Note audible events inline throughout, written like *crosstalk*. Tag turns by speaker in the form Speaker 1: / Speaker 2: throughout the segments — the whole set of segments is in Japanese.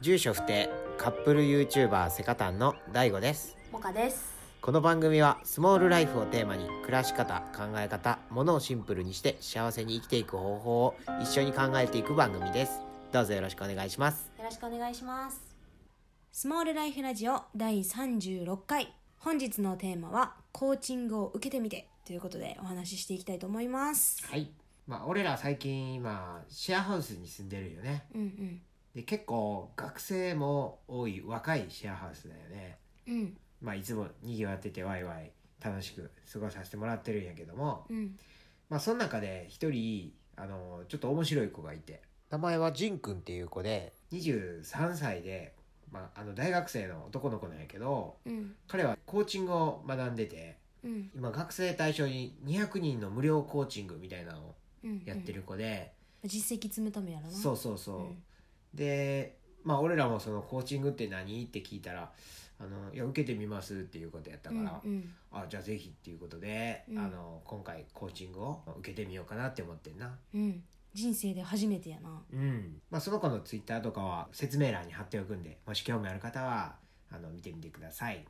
Speaker 1: 住所不定カップル YouTuber セカタンの DAIGO です
Speaker 2: モカです
Speaker 1: この番組はスモールライフをテーマに暮らし方考え方ものをシンプルにして幸せに生きていく方法を一緒に考えていく番組ですどうぞよろしくお願いします
Speaker 2: よろしくお願いしますスモールライフラジオ第36回本日のテーマはコーチングを受けてみてということでお話ししていきたいと思います
Speaker 1: はいまあ俺ら最近今シェアハウスに住んでるよね
Speaker 2: うん
Speaker 1: で結構学生も多い若いシェアハウスだよね
Speaker 2: うんうん
Speaker 1: まあいつもにぎわっててワイワイ楽しく過ごさせてもらってるんやけども
Speaker 2: うん
Speaker 1: まあ、その中で一人、あの、ちょっと面白い子がいて。名前はジンくんっていう子で、23歳で、まあ、あの、大学生の男の子なんやけど、
Speaker 2: うん
Speaker 1: 彼はコーチングを学んでて、
Speaker 2: うん
Speaker 1: 今学生対象に200人の無料コーチングみたいなのを
Speaker 2: うん
Speaker 1: やってる子で、
Speaker 2: 実績積むためやろな
Speaker 1: そうそうそう。
Speaker 2: うん
Speaker 1: で、まあ、俺らもそのコーチングって何って聞いたら、あの、いや、受けてみますっていうことやったから、
Speaker 2: うん
Speaker 1: あ、じゃあぜひっていうことで、
Speaker 2: うん
Speaker 1: あの、今回コーチングを受けてみようかなって思ってんな。
Speaker 2: うん、うん、人生で初めてやな
Speaker 1: うん。まあ、その子のツイッターとかは説明欄に貼っておくんで、もし興味ある方は、あの、見てみてください。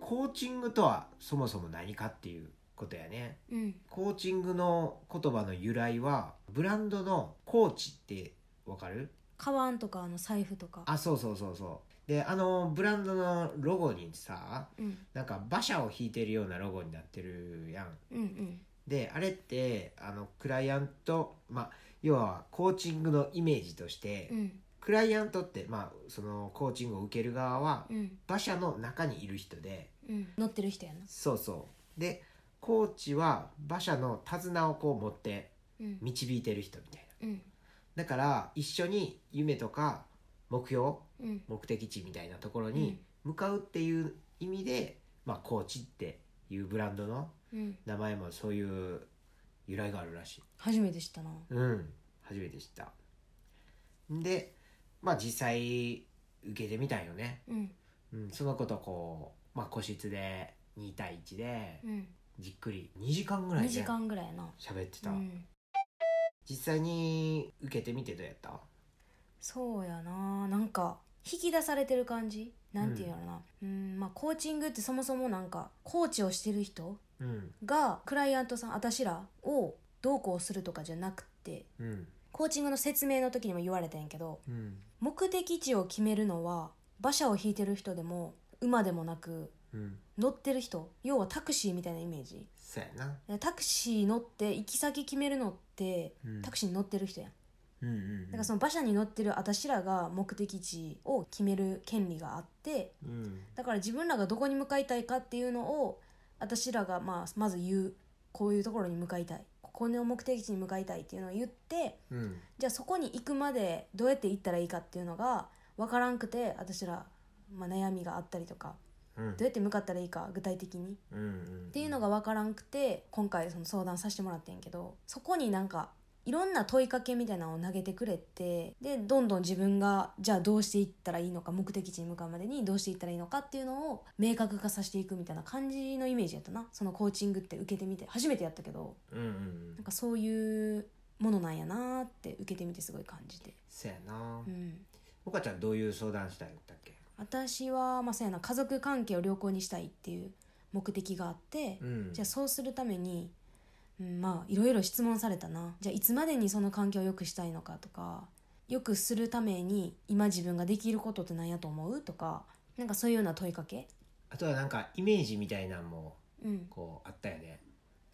Speaker 1: コーチングとはそもそも何かっていうことやね。
Speaker 2: うん
Speaker 1: コーチングの言葉の由来は、ブランドのコーチってわかる
Speaker 2: カバンとかあの財布とか
Speaker 1: あ、そうそうそうそう。で、あの、ブランドのロゴにさ、
Speaker 2: うん
Speaker 1: なんか馬車を引いてるようなロゴになってるやん。
Speaker 2: うん
Speaker 1: であれってあのクライアント、まあ、要はコーチングのイメージとして、
Speaker 2: うんうん
Speaker 1: クライアントって、まあ、そのコーチングを受ける側は
Speaker 2: うん
Speaker 1: 馬車の中にいる人で
Speaker 2: うん乗ってる人やな
Speaker 1: そうそうでコーチは馬車の手綱をこう持って
Speaker 2: うん
Speaker 1: 導いてる人みたい
Speaker 2: うん
Speaker 1: なだから一緒に夢とか目標
Speaker 2: うん
Speaker 1: 目的地みたいなところに向かうっていう意味で、まあ、コーチっていうブランドの
Speaker 2: うん
Speaker 1: 名前もそういう由来があるらしい。
Speaker 2: 初めて知ったな
Speaker 1: うん初めて知ったでまあ実際受けてみたんよね、
Speaker 2: うん
Speaker 1: うん、その子とこう、まあ、個室で2対1で
Speaker 2: うん
Speaker 1: じっくり2時間ぐらい
Speaker 2: 2
Speaker 1: ね
Speaker 2: 時間ぐらいやな
Speaker 1: 喋ってた、
Speaker 2: うん
Speaker 1: 実際に受けてみてどうやった
Speaker 2: そうやななんか引き出されてる感じなんていうのかなうんまあコーチングってそもそもなんかコーチをしてる人
Speaker 1: うん
Speaker 2: がクライアントさん私らをどうこうするとかじゃなくて
Speaker 1: うん
Speaker 2: コーチングの説明の時にも言われたんやけど
Speaker 1: うん
Speaker 2: 目的地を決めるのは馬車を引いてる人でも馬でもなく
Speaker 1: うん
Speaker 2: 乗ってる人要はタクシーみたいなイメージ
Speaker 1: そうやな、
Speaker 2: タクシー乗って行き先決めるのって
Speaker 1: うん、
Speaker 2: タクシーに乗ってる人やん
Speaker 1: うんうんうん
Speaker 2: だからその馬車に乗ってる私らが目的地を決める権利があって
Speaker 1: うん
Speaker 2: だから自分らがどこに向かいたいかっていうのを私らがまあまず言うこういうところに向かいたいここの目的地に向かいたいっていうのを言って
Speaker 1: うん
Speaker 2: じゃあそこに行くまでどうやって行ったらいいかっていうのが分からんくて私ら、まあ、悩みがあったりとか
Speaker 1: うん
Speaker 2: どうやって向かったらいいか具体的に
Speaker 1: うんうん
Speaker 2: っていうのが分からんくて今回その相談させてもらってんけどそこになんかいろんな問いかけみたいなのを投げてくれてでどんどん自分がじゃあどうしていったらいいのか目的地に向かうまでにどうしていったらいいのかっていうのを明確化させていくみたいな感じのイメージやったなそのコーチングって受けてみて初めてやったけど
Speaker 1: うんうんうん
Speaker 2: なんかそういうものなんやなーって受けてみてすごい感じて、
Speaker 1: そうやな
Speaker 2: うん、
Speaker 1: 岡、ちゃんどういう相談したんやったっけ
Speaker 2: 私は、まあ、そうやな家族関係を良好にしたいっていう目的があって、
Speaker 1: うん
Speaker 2: じゃあそうするために、うん、まあいろいろ質問されたなじゃあいつまでにその環境を良くしたいのかとか良くするために今自分ができることって何やと思うとかなんかそういうような問いかけ、
Speaker 1: あとはなんかイメージみたいなんも
Speaker 2: うん
Speaker 1: こうあったよね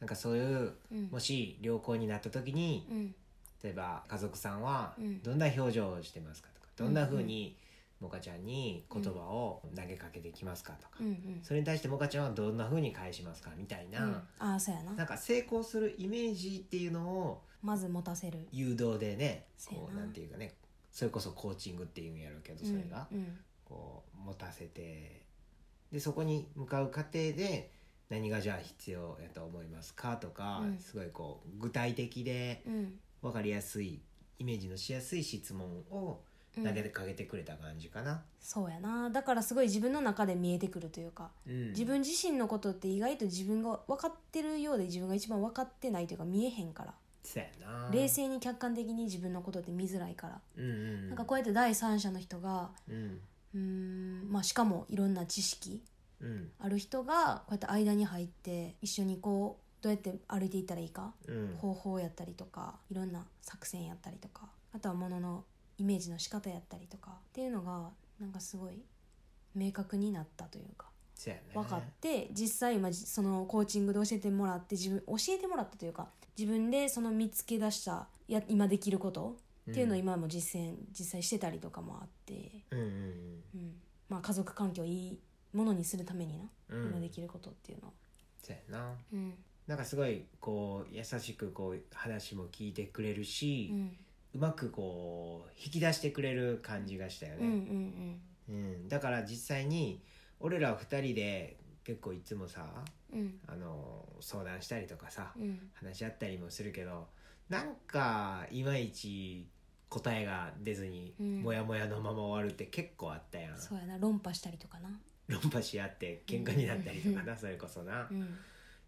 Speaker 1: なんかそういう
Speaker 2: うん
Speaker 1: もし良好になった時に
Speaker 2: うん
Speaker 1: 例えば家族さんは
Speaker 2: うん
Speaker 1: どんな表情をしてますかとか
Speaker 2: う
Speaker 1: ど
Speaker 2: ん
Speaker 1: んな風にモカちゃんに言葉を投げかけてきますかとか
Speaker 2: うんうん
Speaker 1: それに対してモカちゃんはどんな風に返しますかみたい
Speaker 2: うん
Speaker 1: な
Speaker 2: ああそうやな
Speaker 1: なんか成功するイメージっていうのを
Speaker 2: まず持たせる
Speaker 1: 誘導でねこ
Speaker 2: そうや
Speaker 1: う
Speaker 2: な
Speaker 1: なんていうかねそれこそコーチングっていうんやろうけどそれが
Speaker 2: うんうん
Speaker 1: こう持たせてでそこに向かう過程で何がじゃあ必要やと思いますかとか、
Speaker 2: うん
Speaker 1: すごいこう具体的で
Speaker 2: うん
Speaker 1: 分かりやすいイメージのしやすい質問を
Speaker 2: う
Speaker 1: 投
Speaker 2: ん
Speaker 1: げてかけてくれた感じかな。
Speaker 2: そうやなだからすごい自分の中で見えてくるというか
Speaker 1: うん
Speaker 2: 自分自身のことって意外と自分が分かってるようで自分が一番分かってないというか見えへんから
Speaker 1: そうやな
Speaker 2: 冷静に客観的に自分のことって見づらいから、
Speaker 1: うんうん
Speaker 2: なんかこうやって第三者の人が
Speaker 1: うん
Speaker 2: うーん、まあ、しかもいろんな知識
Speaker 1: うん
Speaker 2: ある人がこうやって間に入って一緒にこうどうやって歩いていったらいいか
Speaker 1: うん
Speaker 2: 方法やったりとかいろんな作戦やったりとかあとはもののイメージの仕方やったりとかっていうのがなんかすごい明確になったというか
Speaker 1: そうやね
Speaker 2: 分かって実際今じそのコーチングで教えてもらって自分教えてもらったというか自分でその見つけ出したや今できることっていうのを今も実践実際してたりとかもあって、
Speaker 1: うんうん
Speaker 2: うんまあ、家族環境をいいものにするためにな
Speaker 1: うんうん
Speaker 2: 今できることっていうのは。
Speaker 1: そうやな
Speaker 2: うん
Speaker 1: なんかすごいこう優しくこう話も聞いてくれるし、
Speaker 2: う
Speaker 1: うんまくこう引き出してくれる感じがしたよ
Speaker 2: うんうん
Speaker 1: ね、うんだから実際に俺ら二人で結構いつもさ
Speaker 2: うんうん
Speaker 1: あの相談したりとかさ、
Speaker 2: うん
Speaker 1: 話し合ったりもするけどなんかいまいち答えが出ずに、
Speaker 2: うん
Speaker 1: モヤモヤのまま終わるって結構あったやん
Speaker 2: そうやな論破したりとかな、
Speaker 1: 論破し合って喧嘩になったりとか
Speaker 2: *laughs*
Speaker 1: な、それこそな、
Speaker 2: うん、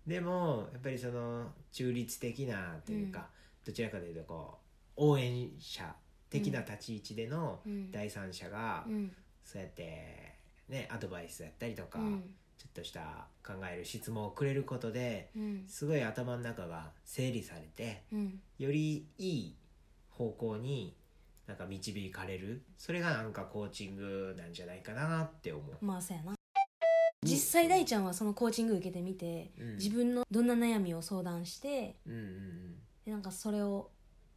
Speaker 1: でもやっぱりその中立的なというか、どちらかというとこう応援者的な立ち位置での
Speaker 2: うん
Speaker 1: 第三者が、
Speaker 2: うん
Speaker 1: そうやってねアドバイスだったりとか、
Speaker 2: うん
Speaker 1: ちょっとした考える質問をくれることで
Speaker 2: うん
Speaker 1: すごい頭の中が整理されて
Speaker 2: うん
Speaker 1: よりいい方向になんか導かれるそれがなんかコーチングなんじゃないかなって思う。
Speaker 2: まあそうやな実際大ちゃんはそのコーチング受けてみて、
Speaker 1: うん
Speaker 2: 自分のどんな悩みを相談して
Speaker 1: うんうんうん
Speaker 2: でなんかそれを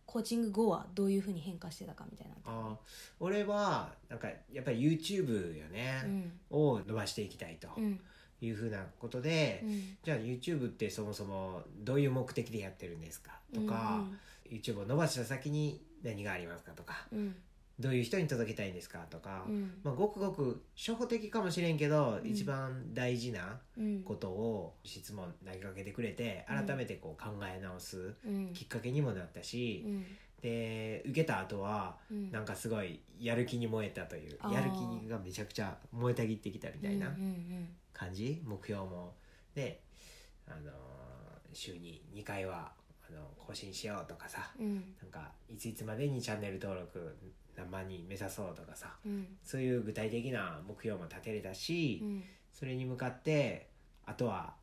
Speaker 2: コーチング後はどういうふうに変化してたかみたいな
Speaker 1: あー俺はなんかやっぱり YouTube よね、
Speaker 2: うん
Speaker 1: を伸ばしていきたいと
Speaker 2: うん
Speaker 1: いうふうなことで、
Speaker 2: うん
Speaker 1: じゃあ YouTube ってそもそもどういう目的でやってるんですかとか、YouTube を伸ばした先に何がありますかとか
Speaker 2: うん
Speaker 1: どういう人に届けたいんですかとか、
Speaker 2: うん
Speaker 1: まあ、ごくごく初歩的かもしれんけど、
Speaker 2: うん
Speaker 1: 一番大事な
Speaker 2: うん
Speaker 1: ことを質問投げかけてくれて
Speaker 2: うん
Speaker 1: 改めてこう考え直す
Speaker 2: うん
Speaker 1: きっかけにもなったし、
Speaker 2: うん
Speaker 1: で受けた後は
Speaker 2: うん
Speaker 1: なんかすごいやる気に燃えたという
Speaker 2: あー
Speaker 1: やる気がめちゃくちゃ燃えたぎってきたみたいな。
Speaker 2: うんうん
Speaker 1: 感じ目標もで、あのー週に2回はあの更新しようとかさ
Speaker 2: うんうん
Speaker 1: なんかいついつまでにチャンネル登録何万人目指そうとかさ
Speaker 2: うん
Speaker 1: そういう具体的な目標も立てれたし、
Speaker 2: うん
Speaker 1: それに向かってあとは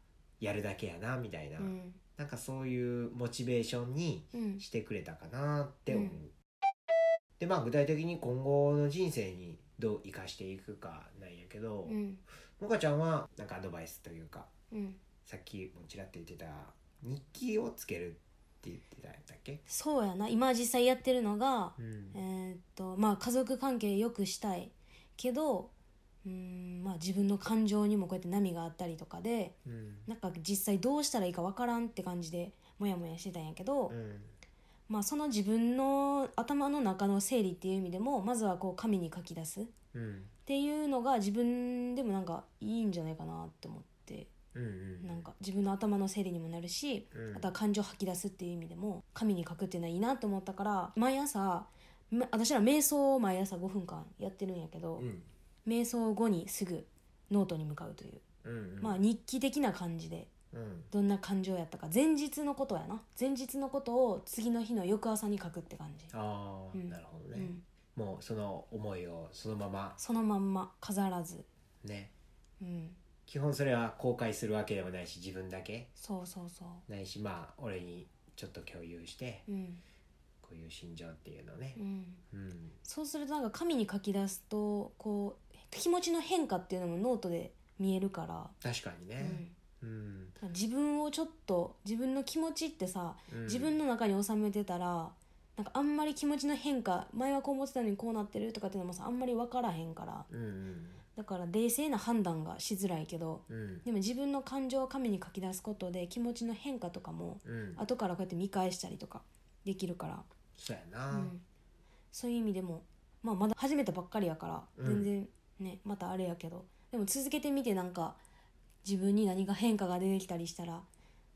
Speaker 1: やるだけやなみたいな、
Speaker 2: うん
Speaker 1: なんかそういうモチベーションに
Speaker 2: うん
Speaker 1: してくれたかなって思う。
Speaker 2: うん
Speaker 1: でまあ具体的に今後の人生にどう生かしていくかなんやけど、
Speaker 2: うん
Speaker 1: もかちゃんはなんかアドバイスというか
Speaker 2: うん
Speaker 1: さっきもちらっと言ってた日記をつけるって言ってたんだっけ、
Speaker 2: そうやな今実際やってるのが
Speaker 1: うん
Speaker 2: えーっとまあ家族関係良くしたいけどうーん、まあ、自分の感情にもこうやって波があったりとかで
Speaker 1: うん
Speaker 2: なんか実際どうしたらいいかわからんって感じでモヤモヤしてたんやけど、
Speaker 1: うん
Speaker 2: まあ、その自分の頭の中の整理っていう意味でもまずはこう紙に書き出すっ
Speaker 1: うん
Speaker 2: ていうのが自分でもなんかいいんじゃないかなって思って
Speaker 1: うんうん
Speaker 2: なんか自分の頭の整理にもなるし
Speaker 1: うん
Speaker 2: あとは感情を吐き出すっていう意味でも紙に書くっていうのはいいなと思ったから毎朝ま私ら瞑想を毎朝5分間やってるんやけど、
Speaker 1: うん
Speaker 2: 瞑想後にすぐノートに向かうという、
Speaker 1: うんうん
Speaker 2: まあ日記的な感じで
Speaker 1: うん
Speaker 2: どんな感情やったか前日のことやな前日のことを次の日の翌朝に書くって感じ、
Speaker 1: ああ、
Speaker 2: うん
Speaker 1: なるほど
Speaker 2: う
Speaker 1: ね、
Speaker 2: ん、
Speaker 1: もうその思いをそのまま
Speaker 2: そのまんま飾らず、
Speaker 1: ね
Speaker 2: うん、
Speaker 1: 基本それは公開するわけでもないし自分だけ
Speaker 2: そうそうそ
Speaker 1: ないしまあ俺にちょっと共有して
Speaker 2: う、うん
Speaker 1: こういう心情っていうのをね
Speaker 2: うん、
Speaker 1: うん
Speaker 2: そうするとなんか紙に書き出すとこう気持ちの変化っていうのもノートで見えるから、
Speaker 1: 確かに
Speaker 2: う
Speaker 1: ねう
Speaker 2: ん、
Speaker 1: ん、
Speaker 2: 自分をちょっと自分の気持ちってさ
Speaker 1: うん、
Speaker 2: 自分の中に収めてたらなんかあんまり気持ちの変化前はこう思ってたのにこうなってるとかっていうのもさあんまり分からへんから
Speaker 1: うんうん
Speaker 2: だから冷静な判断がしづらいけど
Speaker 1: うん
Speaker 2: でも自分の感情を紙に書き出すことで気持ちの変化とかも
Speaker 1: うん
Speaker 2: 後からこうやって見返したりとかできるから、
Speaker 1: そうや
Speaker 2: う
Speaker 1: な、
Speaker 2: ん、そういう意味でも、まあ、まだ始めたばっかりやから
Speaker 1: うん
Speaker 2: 全然ね、またあれやけどでも続けてみてなんか自分に何か変化が出てきたりしたら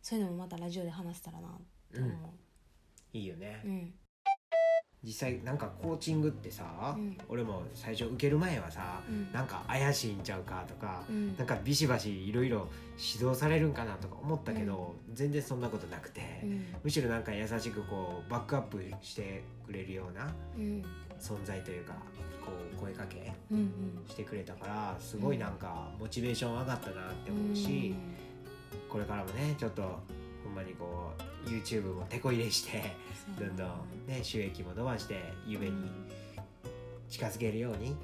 Speaker 2: そういうのもまたラジオで話せたらなと
Speaker 1: うん
Speaker 2: 思
Speaker 1: いいよね
Speaker 2: う、う、ん
Speaker 1: 実際なんかコーチングってさ、
Speaker 2: うん
Speaker 1: 俺も最初受ける前はさ、
Speaker 2: うん
Speaker 1: なんか怪しいんちゃうかとか、
Speaker 2: うん
Speaker 1: なんかビシバシいろいろ指導されるんかなとか思ったけど、全然そんなことなくて、
Speaker 2: うん
Speaker 1: むしろなんか優しくこうバックアップしてくれるような
Speaker 2: うん
Speaker 1: 存在というかこう声かけ
Speaker 2: うんうん
Speaker 1: してくれたからすごいなんかモチベーション上がったなって思うし、これからもねちょっとほんまにこう YouTube も手こ入れして
Speaker 2: うん
Speaker 1: どんどんね収益も伸ばして夢に近づけるように
Speaker 2: うん
Speaker 1: あの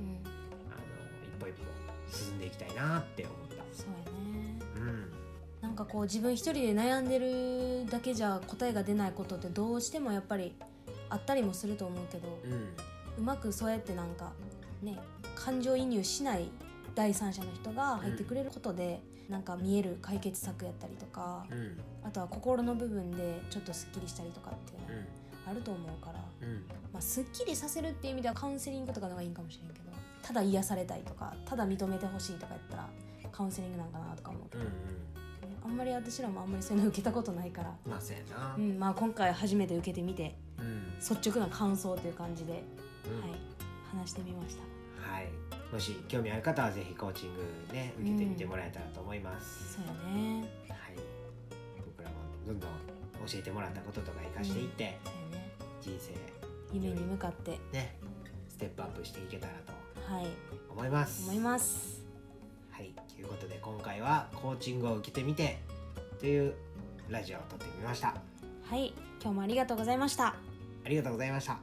Speaker 1: 一歩一歩進んでいきたいなって思った。
Speaker 2: そうやね
Speaker 1: うん
Speaker 2: なんかこう自分一人で悩んでるだけじゃ答えが出ないことってどうしてもやっぱりあったりもすると思うけど、
Speaker 1: うん
Speaker 2: うまくそうやってなんかね感情移入しない第三者の人が入ってくれることで、なんか見える解決策やったりとか、
Speaker 1: うん
Speaker 2: あとは心の部分でちょっとすっきりしたりとかっていう
Speaker 1: う
Speaker 2: の
Speaker 1: ん
Speaker 2: あると思うから、
Speaker 1: うん
Speaker 2: まあ、すっきりさせるっていう意味ではカウンセリングとかの方がいいんかもしれんけどただ癒されたいとかただ認めてほしいとかやったらカウンセリングなんかなとか思うけ
Speaker 1: う
Speaker 2: ど、
Speaker 1: ん
Speaker 2: ねあんまり私らもあんまりそういうの受けたことないから、
Speaker 1: まあそうやな
Speaker 2: う。んまあ、今回初めて受けてみて
Speaker 1: うん
Speaker 2: 率直な感想という感じで、
Speaker 1: うん
Speaker 2: はい、話してみました。
Speaker 1: はい。もし興味ある方はぜひコーチングね受けてみてもらえたらと思います。
Speaker 2: そうよね。
Speaker 1: はい。僕らもどんどん教えてもらったこととか活かしていって、
Speaker 2: そうよね。
Speaker 1: 人生
Speaker 2: 夢に向かって、はい、
Speaker 1: ねステップアップしていけたらと思います。
Speaker 2: 思います。
Speaker 1: はい。ということで今回はコーチングを受けてみてというラジオを撮ってみました。
Speaker 2: はい、今日もありがとうございました。
Speaker 1: ありがとうございました。